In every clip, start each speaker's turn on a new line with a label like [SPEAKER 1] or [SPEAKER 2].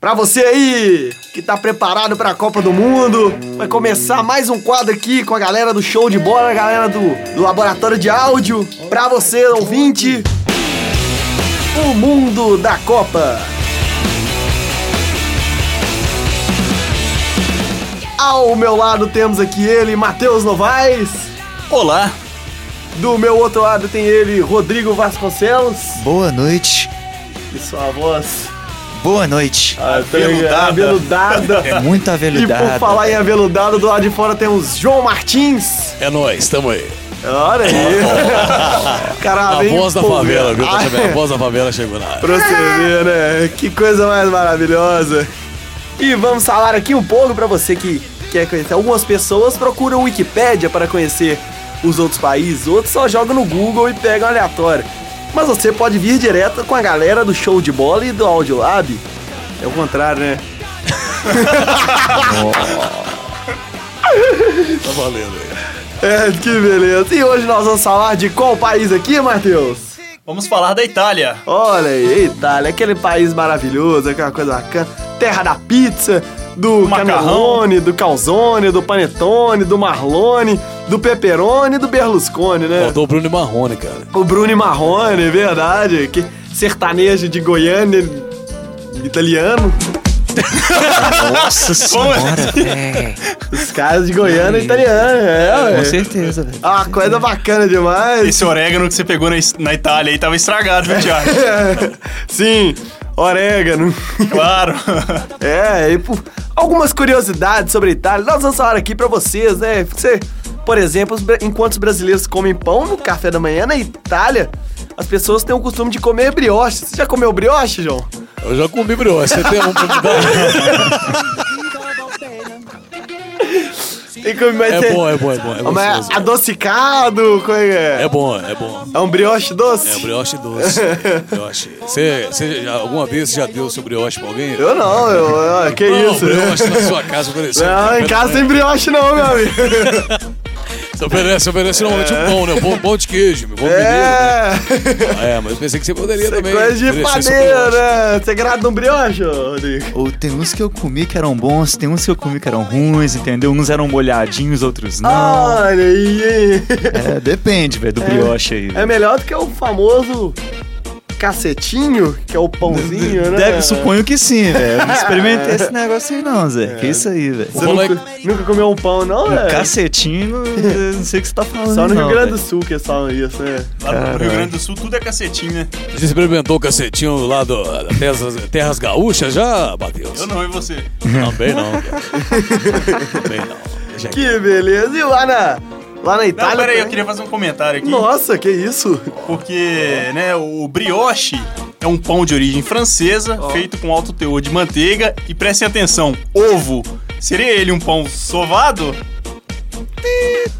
[SPEAKER 1] Pra você aí que tá preparado pra Copa do Mundo, vai começar mais um quadro aqui com a galera do show de bola, a galera do, do laboratório de áudio. Pra você, ouvinte, o mundo da Copa. Ao meu lado temos aqui ele, Matheus Novaes.
[SPEAKER 2] Olá,
[SPEAKER 1] Do meu outro lado tem ele, Rodrigo Vasconcelos.
[SPEAKER 3] Boa noite,
[SPEAKER 1] E sua voz
[SPEAKER 3] boa noite.
[SPEAKER 2] Aveludada.
[SPEAKER 1] aveludada.
[SPEAKER 3] É muito
[SPEAKER 1] E por
[SPEAKER 3] aveludado.
[SPEAKER 1] falar em aveludado, do lado de fora temos João Martins.
[SPEAKER 2] é nós, tamo aí.
[SPEAKER 1] Olha aí. Cara,
[SPEAKER 2] A
[SPEAKER 1] Tá bem
[SPEAKER 2] voz da
[SPEAKER 1] empolgado.
[SPEAKER 2] favela, viu? Tá
[SPEAKER 1] Ah,
[SPEAKER 2] chegando. A voz da favela chegou na área.
[SPEAKER 1] Pra você ver, né? Que coisa mais maravilhosa. E vamos falar aqui um pouco pra você que quer conhecer. Algumas pessoas procuram Wikipédia para conhecer os outros países, outros só jogam no Google e pegam aleatório. Mas você pode vir direto com a galera do Show de Bola e do Audiolab. É o contrário, né?
[SPEAKER 2] Tá valendo aí.
[SPEAKER 1] É, que beleza. E hoje nós vamos falar de qual país aqui, Matheus?
[SPEAKER 4] Vamos falar da Itália.
[SPEAKER 1] Olha aí, Itália, aquele país maravilhoso, aquela coisa bacana. Terra da pizza, do
[SPEAKER 4] Macarrão.
[SPEAKER 1] cannelloni, do calzone, do panetone, do marlone, do pepperoni e do berlusconi, né?
[SPEAKER 2] Faltou o Bruno e Marrone, cara.
[SPEAKER 1] O Bruno Marrone, é verdade, que sertanejo de Goiânia, italiano.
[SPEAKER 3] Nossa
[SPEAKER 4] é
[SPEAKER 3] senhora, velho.
[SPEAKER 1] Os caras de Goiânia, italiano, é,
[SPEAKER 3] Com
[SPEAKER 1] ué.
[SPEAKER 3] certeza, velho.
[SPEAKER 1] Ah, coisa bacana demais.
[SPEAKER 4] Esse orégano que você pegou na, na Itália aí tava estragado, viu, Thiago?
[SPEAKER 1] Sim, orégano.
[SPEAKER 4] Claro.
[SPEAKER 1] É, e por algumas curiosidades sobre a Itália, nós vamos falar aqui pra vocês, né? Você, por exemplo, os bra- enquanto os brasileiros comem pão no café da manhã na Itália, as pessoas têm o costume de comer brioche. Você já comeu brioche, João?
[SPEAKER 2] Eu já comi brioche, você tem um pra me dar?
[SPEAKER 1] Tem que comer mas
[SPEAKER 2] É
[SPEAKER 1] você-
[SPEAKER 2] bom, é bom, é bom. É,
[SPEAKER 1] mas
[SPEAKER 2] gostoso.
[SPEAKER 1] adocicado, co- é,
[SPEAKER 2] é bom, é bom.
[SPEAKER 1] é um brioche
[SPEAKER 2] É
[SPEAKER 1] doce?
[SPEAKER 2] brioche doce. Brioche. Você, você já- alguma vez já deu seu brioche pra alguém?
[SPEAKER 1] eu não, eu, eu- que
[SPEAKER 2] não,
[SPEAKER 1] isso?
[SPEAKER 2] brioche na sua casa assim, ofereceu.
[SPEAKER 1] Não, em casa tem brioche não, meu amigo.
[SPEAKER 2] Você oferece, oferece normalmente um pão, né? Um pão, pão de queijo, meu pão mineiro, né?
[SPEAKER 1] É,
[SPEAKER 2] Ah, é, mas eu pensei que você poderia também.
[SPEAKER 1] coisa de
[SPEAKER 2] oferecer seu
[SPEAKER 1] padeiro,
[SPEAKER 2] brioche.
[SPEAKER 1] né? Você grada um brioche, ô, Rodrigo?
[SPEAKER 3] Ou tem uns que eu comi que eram bons, tem uns que eu comi que eram ruins, entendeu? Uns eram molhadinhos, outros
[SPEAKER 2] Ah.
[SPEAKER 3] não.
[SPEAKER 1] Olha aí.
[SPEAKER 3] É, depende, velho, do brioche aí.
[SPEAKER 1] Ah, É
[SPEAKER 3] velho.
[SPEAKER 1] melhor do que o famoso cacetinho, que é o pãozinho, né? É.
[SPEAKER 3] Deve, suponho que sim, velho. Eu Não experimentei esse negócio aí não, Zé. Que isso aí, velho.
[SPEAKER 1] Você
[SPEAKER 2] Vou lá
[SPEAKER 1] nunca, nunca comeu um pão, não,
[SPEAKER 3] Um
[SPEAKER 1] velho?
[SPEAKER 3] cacetinho, eu não sei o que você tá falando
[SPEAKER 1] Só no
[SPEAKER 3] não,
[SPEAKER 1] Rio Grande
[SPEAKER 3] velho.
[SPEAKER 1] do Sul que eles falam isso, né?
[SPEAKER 4] Lá no Rio Grande do Sul tudo é cacetinho, né?
[SPEAKER 2] Você experimentou o cacetinho lá do, da Terras, Terras Gaúchas já, Matheus?
[SPEAKER 4] Eu não, e você?
[SPEAKER 2] Também não. cara. Também não. Já-
[SPEAKER 1] Que beleza! E lá na, lá na
[SPEAKER 4] Não,
[SPEAKER 1] Itália.
[SPEAKER 4] peraí, eu
[SPEAKER 1] também?
[SPEAKER 4] queria fazer um comentário aqui.
[SPEAKER 1] Nossa, que isso?
[SPEAKER 4] Porque, né, o brioche é um pão de origem francesa, feito com alto teor de manteiga e, prestem atenção, ovo. Seria ele um pão sovado?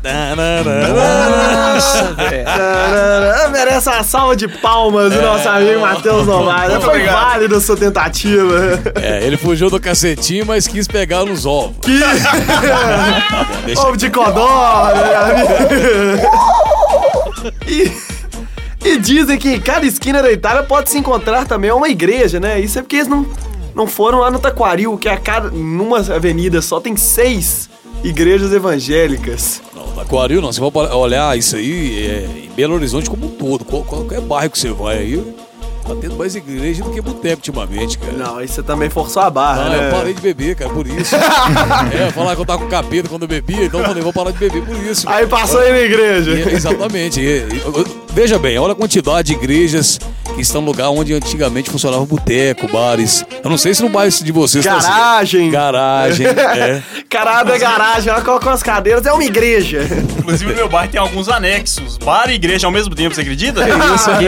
[SPEAKER 3] Nossa, velho.
[SPEAKER 1] Tarará, Merece uma salva de palmas do nosso amigo Matheus Novaes.
[SPEAKER 4] Muito
[SPEAKER 1] Foi
[SPEAKER 4] obrigado.
[SPEAKER 1] válida a sua tentativa.
[SPEAKER 2] É, ele fugiu do cacetinho, mas quis pegar nos ovos.
[SPEAKER 1] Que
[SPEAKER 2] Tá bom, deixa
[SPEAKER 1] Ovo de codó, né, amigo? E, e dizem que em cada esquina da Itália pode se encontrar também uma igreja, né? Isso é porque eles não, não foram lá no Taquaril, que é a cada, numa avenida só tem seis igrejas evangélicas.
[SPEAKER 2] Não, Taquaril não. Você vai olhar isso aí é, em Belo Horizonte como um todo. Qual- qualquer bairro que você vai aí, tá tendo mais igreja do que boteco ultimamente, cara.
[SPEAKER 1] Não, aí você também forçou a barra,
[SPEAKER 2] Ah,
[SPEAKER 4] é.
[SPEAKER 2] eu
[SPEAKER 1] né?
[SPEAKER 2] parei de beber, cara, por isso. é, falar que eu tava com capeta quando eu bebia, então eu falei, vou parar de beber por isso.
[SPEAKER 1] Aí passou aí na
[SPEAKER 2] E-
[SPEAKER 1] igreja.
[SPEAKER 2] Exatamente. E- e- eu- Veja bem, olha a quantidade de igrejas que estão no lugar onde antigamente funcionava boteco, bares. Eu não sei se no bairro de vocês... tá
[SPEAKER 1] Garagem.
[SPEAKER 2] assim. Garagem, é.
[SPEAKER 1] Caralho, é garagem, ela colocou as cadeiras, é uma igreja.
[SPEAKER 4] Inclusive, no meu bairro tem alguns anexos. Bar e igreja ao mesmo tempo, você acredita?
[SPEAKER 1] isso,
[SPEAKER 2] é
[SPEAKER 1] que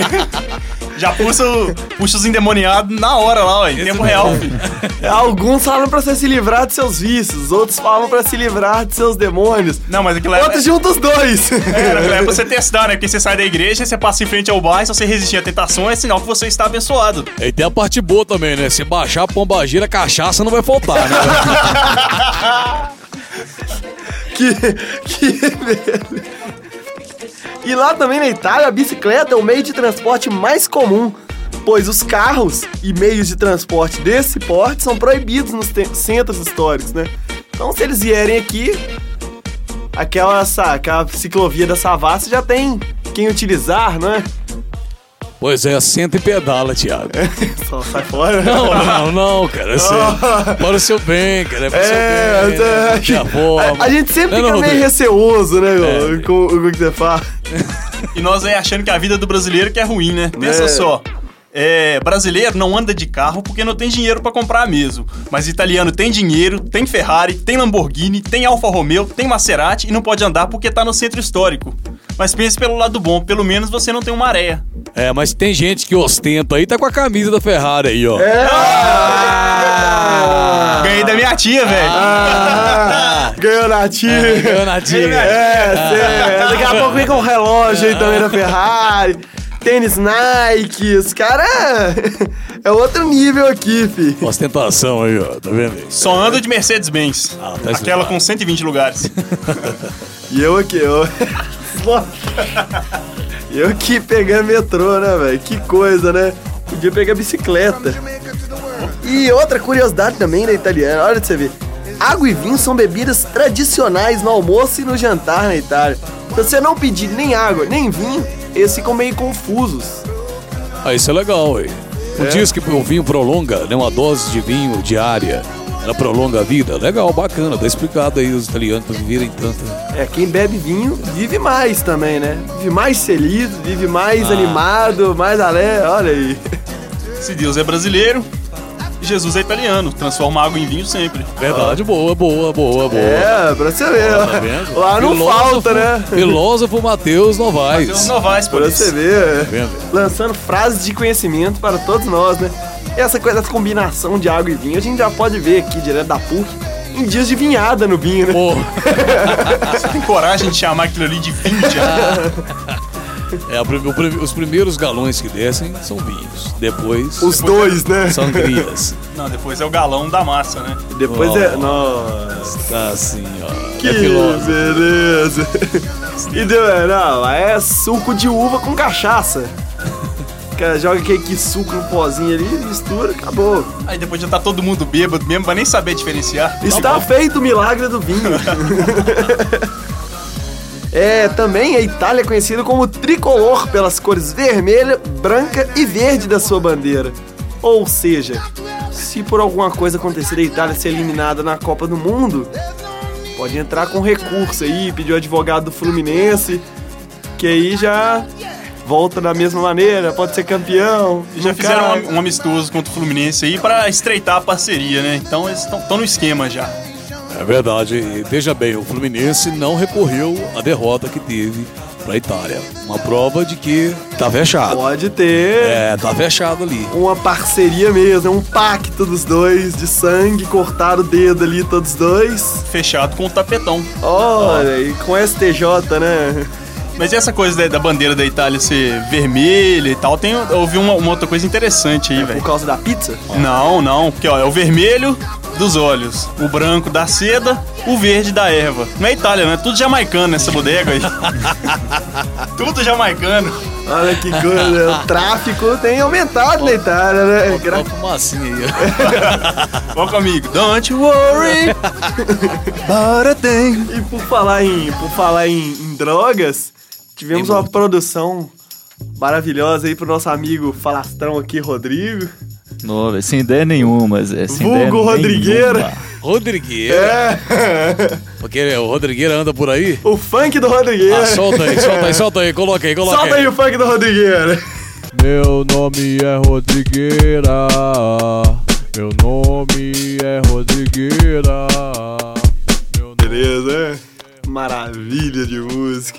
[SPEAKER 4] isso. Já puxa, o- puxa os endemoniados na hora lá, ó, em tempo
[SPEAKER 2] é
[SPEAKER 4] real, filho.
[SPEAKER 1] Alguns falam pra você se livrar de seus vícios, outros falam pra se livrar de seus demônios.
[SPEAKER 4] Não, mas aquilo é era,
[SPEAKER 1] Outros juntos os dois.
[SPEAKER 4] era, aquilo era pra você testar, né? Porque você sai da igreja, você passa em frente ao bar, e se você resistir à tentação, é sinal que você está abençoado.
[SPEAKER 2] E tem a parte boa também, né? Se baixar a pombagira, cachaça não vai faltar, né?
[SPEAKER 1] Que, que beleza. E lá também na Itália, a bicicleta é o meio de transporte mais comum. pois os carros e meios de transporte desse porte são proibidos nos te- centros históricos, né? Então, se eles vierem aqui, aquela, sa- aquela ciclovia da Savassi já tem quem utilizar, não é?
[SPEAKER 2] Pois é, senta e pedala, Thiago.
[SPEAKER 1] Só sai fora.
[SPEAKER 2] Não, não, não, cara. é sério. Para o seu bem, cara. É para o seu
[SPEAKER 1] É,
[SPEAKER 2] bem. né?
[SPEAKER 1] tá-
[SPEAKER 2] Tem a forma.
[SPEAKER 1] a, a gente sempre
[SPEAKER 2] Não,
[SPEAKER 1] fica
[SPEAKER 2] não,
[SPEAKER 1] meio
[SPEAKER 2] Rodrigo?
[SPEAKER 1] receoso, né,
[SPEAKER 2] É.
[SPEAKER 1] com, com o que você fala.
[SPEAKER 4] E nós aí achando que a vida do brasileiro que é ruim, né? Pensa
[SPEAKER 1] É.
[SPEAKER 4] só. É, brasileiro não anda de carro porque não tem dinheiro pra comprar mesmo. Mas italiano tem dinheiro, tem Ferrari, tem Lamborghini, tem Alfa Romeo, tem Maserati e não pode andar porque tá no centro histórico. Mas pense pelo lado bom, pelo menos você não tem uma areia.
[SPEAKER 2] É, mas tem gente que ostenta aí, tá com a camisa da Ferrari aí, ó. É. Ah.
[SPEAKER 4] Ganhei da minha tia, velho.
[SPEAKER 1] Ah! Ganhou na tia. É,
[SPEAKER 2] Ah!
[SPEAKER 1] cê- daqui a pouco vem com um relógio aí também da Ferrari. Tênis Nike, os caras. É outro nível aqui, fi.
[SPEAKER 2] Ostentação aí, ó. Tá vendo? aí?
[SPEAKER 4] Só anda de Mercedes-Benz.
[SPEAKER 2] Ah, tá
[SPEAKER 4] Aquela
[SPEAKER 2] explicado.
[SPEAKER 4] com 120 lugares.
[SPEAKER 1] E eu aqui, eu. Nossa. eu aqui pegando metrô, né, velho? Que coisa, né? Podia pegar bicicleta. E outra curiosidade também da italiana, olha pra você ver. Água e vinho são bebidas tradicionais no almoço e no jantar na Itália. Se você não pedir nem água, nem vinho, eles ficam meio confusos.
[SPEAKER 2] Ah, isso é legal, hein? O
[SPEAKER 1] É.
[SPEAKER 2] diz que o vinho prolonga, né? Uma dose de vinho diária. Ela prolonga a vida. Legal, bacana. Tá explicado aí os italianos pra viverem tanto.
[SPEAKER 1] É, quem bebe vinho vive mais também, né? Vive mais feliz, vive
[SPEAKER 2] Ah.
[SPEAKER 1] mais animado, mais alegre, olha aí.
[SPEAKER 4] Se Deus é brasileiro, Jesus é italiano. Transforma água em vinho sempre.
[SPEAKER 2] Verdade, boa, boa, boa, boa.
[SPEAKER 1] É, pra você ver.
[SPEAKER 2] Tá vendo?
[SPEAKER 1] Lá não
[SPEAKER 2] Filósofo-
[SPEAKER 1] falta, né?
[SPEAKER 2] Filósofo Matheus Novaes.
[SPEAKER 4] Deus não vai, um por
[SPEAKER 1] É Pra você
[SPEAKER 4] isso.
[SPEAKER 1] ver.
[SPEAKER 2] vendo?
[SPEAKER 1] Lançando frases de conhecimento para todos nós, né? E essa coisa, essa combinação de água e vinho, a gente já pode ver aqui direto da PUC em dias de vinhada no vinho, né?
[SPEAKER 2] Pô,
[SPEAKER 4] Você tem coragem de chamar aquilo ali de vinho, Thiago?
[SPEAKER 2] é, a prim- o prim- os primeiros galões que descem são vinhos. Depois
[SPEAKER 1] Os dois, né?
[SPEAKER 2] sangrias.
[SPEAKER 4] Não, depois é o galão da massa, né?
[SPEAKER 1] Depois é. Nossa,
[SPEAKER 2] Tá assim, ó.
[SPEAKER 1] que
[SPEAKER 2] é filósofo.
[SPEAKER 1] beleza. E deu, não, lá é suco de uva com cachaça. O cara joga aquele que suco no pozinho ali, mistura, acabou.
[SPEAKER 4] Aí depois já tá todo mundo bêbado mesmo, vai nem saber diferenciar.
[SPEAKER 1] Está feito o milagre do vinho. é, também a Itália é conhecida como tricolor pelas cores vermelha, branca e verde da sua bandeira. Ou seja, se por alguma coisa acontecer a Itália ser eliminada na Copa do Mundo, pode entrar com recurso aí, pedir o advogado do Fluminense, que aí já volta da mesma maneira, pode ser campeão.
[SPEAKER 4] E já
[SPEAKER 1] Não
[SPEAKER 4] fizeram
[SPEAKER 1] cai.
[SPEAKER 4] um, um amistoso contra o Fluminense aí pra estreitar a parceria, né? Então eles estão no esquema já.
[SPEAKER 2] É verdade. E veja bem, o Fluminense não recorreu à derrota que teve para a Itália. Uma prova de que tá fechado.
[SPEAKER 1] Pode ter.
[SPEAKER 2] É, tá fechado ali.
[SPEAKER 1] uma parceria mesmo, é um pacto dos dois, de sangue, cortar o dedo ali todos dois.
[SPEAKER 4] Fechado com o tapetão.
[SPEAKER 1] Olha, e com STJ, né?
[SPEAKER 4] Mas e essa coisa da, da bandeira da Itália ser vermelha e tal? Tem, eu ouvi uma, uma outra coisa interessante aí,
[SPEAKER 1] Por
[SPEAKER 4] velho.
[SPEAKER 1] causa da pizza?
[SPEAKER 4] Não, não, porque ó, é o vermelho dos olhos, o branco da seda, o verde da erva. Não é Itália, não é tudo jamaicano nessa bodega aí. tudo jamaicano.
[SPEAKER 1] Olha que coisa, o tráfico tem aumentado na Itália, né?
[SPEAKER 2] Uma
[SPEAKER 1] Gra-
[SPEAKER 2] fumacinha aí.
[SPEAKER 4] Ó comigo, don't worry.
[SPEAKER 3] Para tem.
[SPEAKER 1] E por falar em, por falar em, em drogas, tivemos
[SPEAKER 2] Tem
[SPEAKER 1] uma
[SPEAKER 2] muito.
[SPEAKER 1] produção maravilhosa aí pro nosso amigo falastrão aqui, Rodrigo.
[SPEAKER 3] Não, velho, sem ideia nenhuma, Zé. Sem
[SPEAKER 1] Vulgo
[SPEAKER 3] ideia
[SPEAKER 1] Rodrigueira.
[SPEAKER 3] nenhuma.
[SPEAKER 1] É.
[SPEAKER 2] Rodrigueira. Porque o Rodrigueira anda por aí.
[SPEAKER 1] O funk do
[SPEAKER 2] Ah,
[SPEAKER 1] Rodrigueira.
[SPEAKER 2] solta aí, solta aí, solta aí. Coloca aí, coloca
[SPEAKER 1] Solta aí o funk do Rodrigueira.
[SPEAKER 2] Meu nome é Rodrigueira. Meu nome é Rodrigueira.
[SPEAKER 1] Beleza, né? Maravilha de música.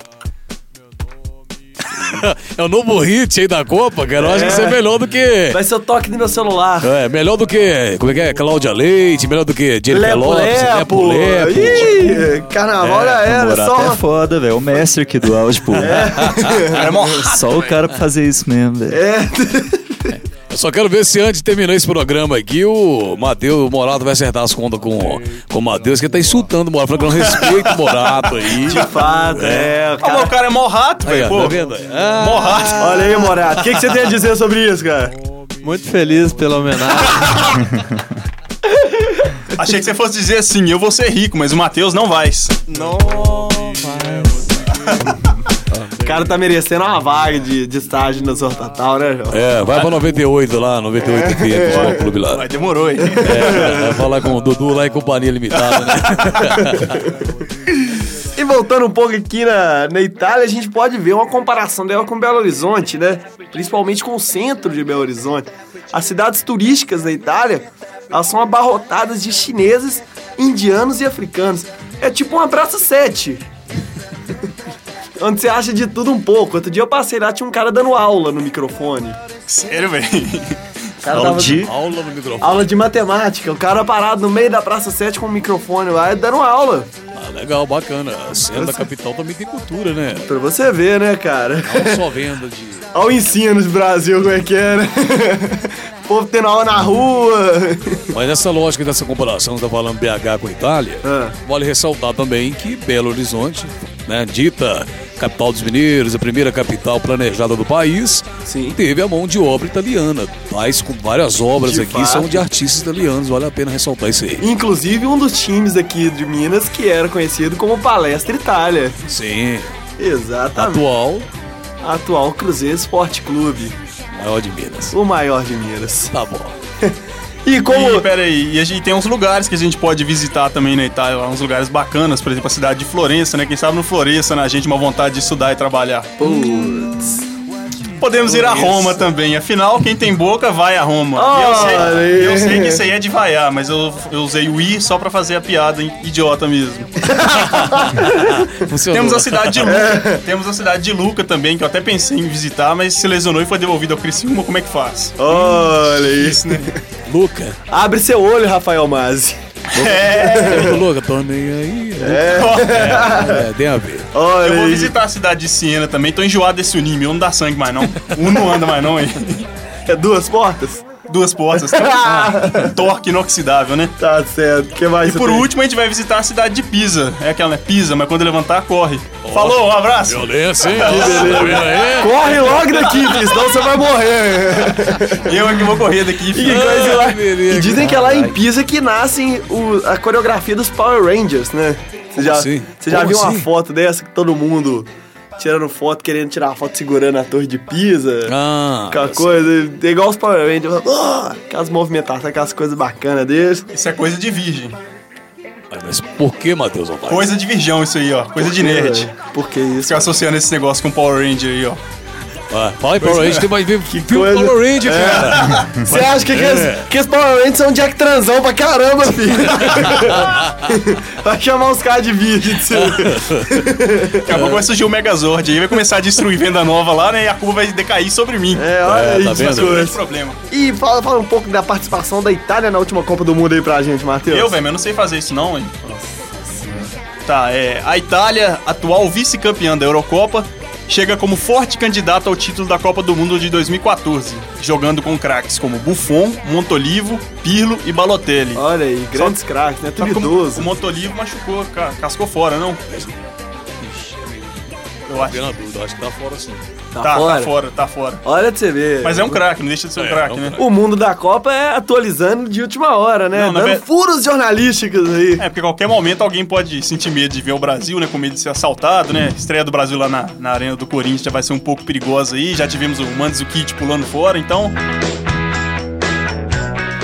[SPEAKER 2] É o novo hit aí da Copa, cara. Eu acho que isso é melhor do que.
[SPEAKER 1] Vai ser o toque do meu celular.
[SPEAKER 2] É, melhor do que. Como é que é? Cláudia Leite, melhor do que Jennifer
[SPEAKER 1] Lepo,
[SPEAKER 2] Lopes, né,
[SPEAKER 1] lepo.
[SPEAKER 2] Lepo Lepo.
[SPEAKER 1] Ih, carnaval já era,
[SPEAKER 3] Morar
[SPEAKER 1] só...
[SPEAKER 3] até é foda, velho. O mestre aqui do áudio, pô. É
[SPEAKER 4] Era mó
[SPEAKER 3] Só o cara pra fazer isso mesmo, velho.
[SPEAKER 1] É,
[SPEAKER 2] Eu só quero ver se antes de terminar esse programa aqui, o Matheus Morato vai acertar as contas com, com o Matheus, que ele tá insultando o Morato, falando que não respeita o Morato aí.
[SPEAKER 1] de fato, é.
[SPEAKER 4] Ah, mas o cara é mó rato,
[SPEAKER 2] Aí,
[SPEAKER 4] velho,
[SPEAKER 2] ó, tá
[SPEAKER 4] pô.
[SPEAKER 2] vendo? Ah,
[SPEAKER 4] Mó rato.
[SPEAKER 1] Olha aí, Morato, o que, que você tem a dizer sobre isso, cara?
[SPEAKER 5] Muito feliz pela homenagem.
[SPEAKER 4] Achei que você fosse dizer assim, eu vou ser rico, mas o Matheus não vai.
[SPEAKER 1] O cara tá merecendo uma vaga de, de estágio na Zortatal, né, João?
[SPEAKER 2] É, vai pra 98 lá, 98 500, lá no clube lá.
[SPEAKER 4] Mas demorou, hein?
[SPEAKER 2] É, vai falar com o Dudu lá em Companhia Limitada, né?
[SPEAKER 1] E voltando um pouco aqui na, na Itália, a gente pode ver uma comparação dela com Belo Horizonte, né? Principalmente com o centro de Belo Horizonte. As cidades turísticas da Itália, elas são abarrotadas de chineses, indianos e africanos. É tipo uma praça 7. Onde você acha de tudo um pouco. Outro dia eu passei lá, tinha um cara dando aula no microfone.
[SPEAKER 4] Sério, velho.
[SPEAKER 1] O cara
[SPEAKER 3] Aula
[SPEAKER 1] tava-
[SPEAKER 3] de...
[SPEAKER 2] Aula no microfone.
[SPEAKER 1] Aula de matemática. O cara parado no meio da Praça 7 com o microfone lá e dando aula.
[SPEAKER 2] Ah, legal, bacana. Sendo da capital também tem cultura, né?
[SPEAKER 1] Pra você ver, né, cara?
[SPEAKER 2] Não só venda de...
[SPEAKER 1] Olha o ensino do Brasil, como é que é, né? O povo tendo aula na rua.
[SPEAKER 2] Mas essa lógica dessa comparação, você tá falando BH com Itália,
[SPEAKER 1] Ah.
[SPEAKER 2] vale ressaltar também que Belo Horizonte, né, dita capital dos mineiros, a primeira capital planejada do país,
[SPEAKER 1] Sim.
[SPEAKER 2] teve a mão de obra italiana. Mas com várias obras
[SPEAKER 1] De
[SPEAKER 2] aqui
[SPEAKER 1] fato.
[SPEAKER 2] são de artistas italianos, vale a pena ressaltar isso aí.
[SPEAKER 1] Inclusive um dos times aqui de Minas que era conhecido como Palestra Itália.
[SPEAKER 2] Sim,
[SPEAKER 1] Exatamente.
[SPEAKER 2] atual,
[SPEAKER 1] Atual Cruzeiro Esporte Clube,
[SPEAKER 2] maior de Minas.
[SPEAKER 1] o maior de Minas.
[SPEAKER 2] Tá bom.
[SPEAKER 1] E como
[SPEAKER 4] E, peraí, e a gente tem uns lugares que a gente pode visitar também na Itália, lá, uns lugares bacanas, por exemplo, a cidade de Florença, né? Quem sabe não Florença na gente uma vontade de estudar e trabalhar.
[SPEAKER 1] Putz.
[SPEAKER 4] Podemos ir a Roma também, afinal, quem tem boca vai a Roma. E eu,
[SPEAKER 1] Olha aí.
[SPEAKER 4] sei, eu sei que isso aí é de vaiar, mas eu, eu usei o i só pra fazer a piada hein, idiota mesmo.
[SPEAKER 2] Funcionou.
[SPEAKER 4] Temos a cidade de
[SPEAKER 1] É.
[SPEAKER 4] Luca, temos a cidade de Luca também, que eu até pensei em visitar, mas se lesionou e foi devolvido ao Criciúma, como é que faz?
[SPEAKER 1] Olha isso.
[SPEAKER 4] Isso, né?
[SPEAKER 2] Luca.
[SPEAKER 1] Abre seu olho, Rafael Mazzi.
[SPEAKER 2] Ô, Luca, tô nem aí. É. É, tem a ver.
[SPEAKER 1] Olha
[SPEAKER 4] Eu vou
[SPEAKER 1] aí.
[SPEAKER 4] visitar a cidade de Siena também, tô enjoado desse Unime, eu não dá sangue mais não. Um não anda mais não, hein?
[SPEAKER 1] É duas portas?
[SPEAKER 4] Duas portas, um torque inoxidável, né?
[SPEAKER 1] Tá certo. O que mais
[SPEAKER 4] E
[SPEAKER 1] você
[SPEAKER 4] por
[SPEAKER 1] tem?
[SPEAKER 4] último, a gente vai visitar a cidade de Pisa. É aquela, né? Pisa, mas quando levantar, corre. Falou, um abraço.
[SPEAKER 2] Violência, hein? Tá vendo aí?
[SPEAKER 1] Corre logo daqui, filho, senão você vai morrer.
[SPEAKER 4] Eu é que vou correr daqui.
[SPEAKER 1] E,
[SPEAKER 2] Ah,
[SPEAKER 4] filho.
[SPEAKER 1] coisa lá-
[SPEAKER 2] que beleza.
[SPEAKER 1] e dizem que é lá em Pisa que nascem o- a coreografia dos Power Rangers, né? Você já,
[SPEAKER 2] assim?
[SPEAKER 1] você já
[SPEAKER 2] Como
[SPEAKER 1] viu
[SPEAKER 2] assim?
[SPEAKER 1] uma foto dessa que todo mundo tirando foto, querendo tirar foto segurando a torre de Pisa?
[SPEAKER 2] Ah,
[SPEAKER 1] Aquela coisa, é igual os Power Rangers, ah, aquelas movimentações, aquelas coisas bacanas deles.
[SPEAKER 4] Isso é coisa de virgem.
[SPEAKER 2] mas por que, Matheus Alvarez?
[SPEAKER 4] Coisa de virgão isso aí, ó. Coisa de nerd.
[SPEAKER 1] Porque É, isso.
[SPEAKER 4] Ficar associando esse negócio com Power Ranger aí, ó.
[SPEAKER 2] Ah, fala em Power Ranger, tem mais vivo que É. viu
[SPEAKER 1] coisa.
[SPEAKER 2] Power Ranger, cara.
[SPEAKER 1] Você acha que aqueles,
[SPEAKER 2] É.
[SPEAKER 1] que esses Power Rangers são um Jack Transão pra caramba, filho? Vai chamar os caras de virgem.
[SPEAKER 4] Daqui
[SPEAKER 1] É.
[SPEAKER 4] a pouco vai surgir o Megazord aí, vai começar a destruir venda nova lá, né? E a curva vai decair sobre mim.
[SPEAKER 1] É, olha
[SPEAKER 2] É, tá
[SPEAKER 1] isso, as
[SPEAKER 2] vendo?
[SPEAKER 4] Esse é o
[SPEAKER 1] coisas.
[SPEAKER 4] grande problema.
[SPEAKER 1] E fala, fala um pouco da participação da Itália na última Copa do Mundo aí pra gente, Matheus.
[SPEAKER 4] Eu, velho, mas eu não sei fazer isso não, hein? Tá, é. A Itália, atual vice-campeã da Eurocopa, chega como forte candidata ao título da Copa do Mundo de 2014, jogando com craques como Buffon, Montolivo, Pirlo e Balotelli.
[SPEAKER 2] Ah,
[SPEAKER 1] Olha aí, grandes craques, né?
[SPEAKER 3] tá
[SPEAKER 1] Tudo
[SPEAKER 4] Sabe como
[SPEAKER 1] idoso.
[SPEAKER 3] um
[SPEAKER 4] o Montolivo machucou, ca- cascou fora, não? Eu acho.
[SPEAKER 2] Pena dúvida, acho que tá fora sim.
[SPEAKER 1] Tá,
[SPEAKER 4] Tá,
[SPEAKER 1] fora.
[SPEAKER 4] tá fora, tá fora.
[SPEAKER 1] Olha pra você ver.
[SPEAKER 4] Mas é um craque, não deixa de ser um
[SPEAKER 2] É, é
[SPEAKER 4] craque,
[SPEAKER 2] um
[SPEAKER 4] né?
[SPEAKER 2] craque.
[SPEAKER 1] O mundo da Copa é atualizando de última hora, né?
[SPEAKER 4] Não, na
[SPEAKER 1] Dando
[SPEAKER 3] é-
[SPEAKER 4] ver-
[SPEAKER 1] furos jornalísticos aí.
[SPEAKER 4] É, porque a qualquer momento alguém pode sentir medo de ver o Brasil, né? Com medo de ser assaltado, né? Estreia do Brasil lá na, na Arena do Corinthians já vai ser um pouco perigosa aí. Já tivemos o Mandzukic pulando fora, então.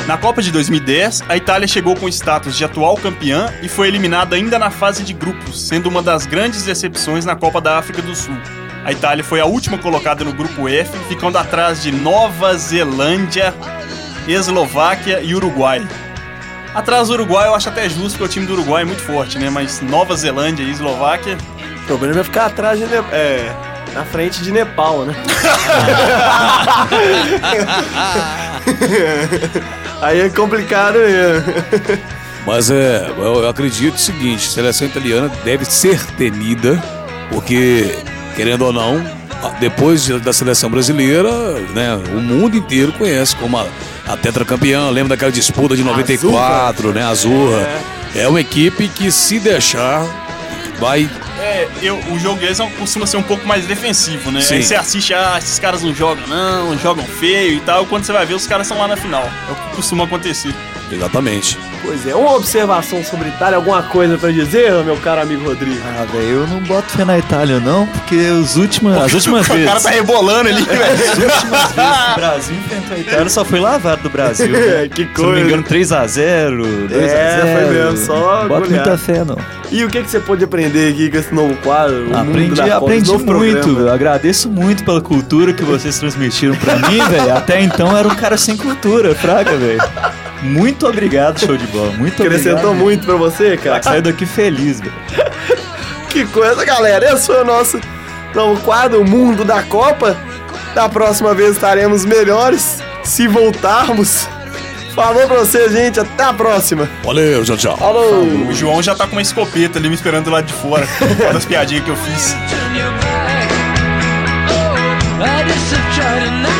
[SPEAKER 4] Na Copa de 2010, a Itália chegou com o status de atual campeã e foi eliminada ainda na fase de grupos, sendo uma das grandes decepções na Copa da África do Sul. A Itália foi a última colocada no grupo F, ficando atrás de Nova Zelândia, Eslováquia e Uruguai. Atrás do Uruguai eu acho até justo, porque o time do Uruguai é muito forte, né? Mas Nova Zelândia e Eslováquia.
[SPEAKER 1] O problema é ficar atrás de Nepal. É. Na frente de Nepal, né? aí é complicado mesmo.
[SPEAKER 2] Mas é, eu eu acredito o seguinte, a seleção italiana deve ser temida, porque, querendo ou não, a- depois de- da seleção brasileira, né, o mundo inteiro conhece como a, a tetracampeã, lembra daquela disputa de 94, né, Azurra. É uma equipe que se deixar vai
[SPEAKER 4] é, eu, o jogo deles é um- costuma ser um pouco mais defensivo, né?
[SPEAKER 2] Sim.
[SPEAKER 4] Aí você assiste, ah, esses caras não jogam não, jogam feio e tal. Quando você vai ver, os caras são lá na final. É o que costuma acontecer.
[SPEAKER 2] Exatamente.
[SPEAKER 1] Pois é, uma observação sobre Itália, alguma coisa pra dizer, meu caro amigo Rodrigo?
[SPEAKER 3] Ah, velho, eu não boto fé na Itália, não, porque os últimos, as últimas
[SPEAKER 4] o
[SPEAKER 3] vezes.
[SPEAKER 4] cara tá rebolando ali, velho.
[SPEAKER 3] O Brasil enfrentou a Itália, só foi lavado do Brasil. né?
[SPEAKER 1] Que
[SPEAKER 3] Se eu não
[SPEAKER 1] coisa.
[SPEAKER 3] me engano, 3x0, 2x0.
[SPEAKER 1] É, foi mesmo, só
[SPEAKER 3] Bota
[SPEAKER 1] goleada.
[SPEAKER 3] muita fé, não.
[SPEAKER 1] E o que, que você pôde aprender aqui com esse novo quadro? O mundo
[SPEAKER 3] aprendi
[SPEAKER 1] da Copa,
[SPEAKER 3] aprendi
[SPEAKER 1] esse novo
[SPEAKER 3] muito,
[SPEAKER 1] programa?
[SPEAKER 3] velho. Agradeço muito pela cultura que vocês transmitiram pra mim, velho. Até então eu era um cara sem cultura, fraca, velho. Muito obrigado, show de bola. Muito
[SPEAKER 1] Acrescentou
[SPEAKER 3] obrigado.
[SPEAKER 1] muito pra você, cara?
[SPEAKER 3] Saí daqui feliz, velho.
[SPEAKER 1] Que coisa, galera. Esse foi o nosso novo quadro, o Mundo da Copa. Da próxima vez estaremos melhores se voltarmos. Falou pra você, gente. Até a próxima.
[SPEAKER 2] Valeu, tchau, tchau.
[SPEAKER 1] Falou.
[SPEAKER 4] O João já tá com uma escopeta ali me esperando do lado de fora. por causa das piadinhas que eu fiz.
[SPEAKER 6] turn your back. Oh, I Oh, just have tried enough. oh,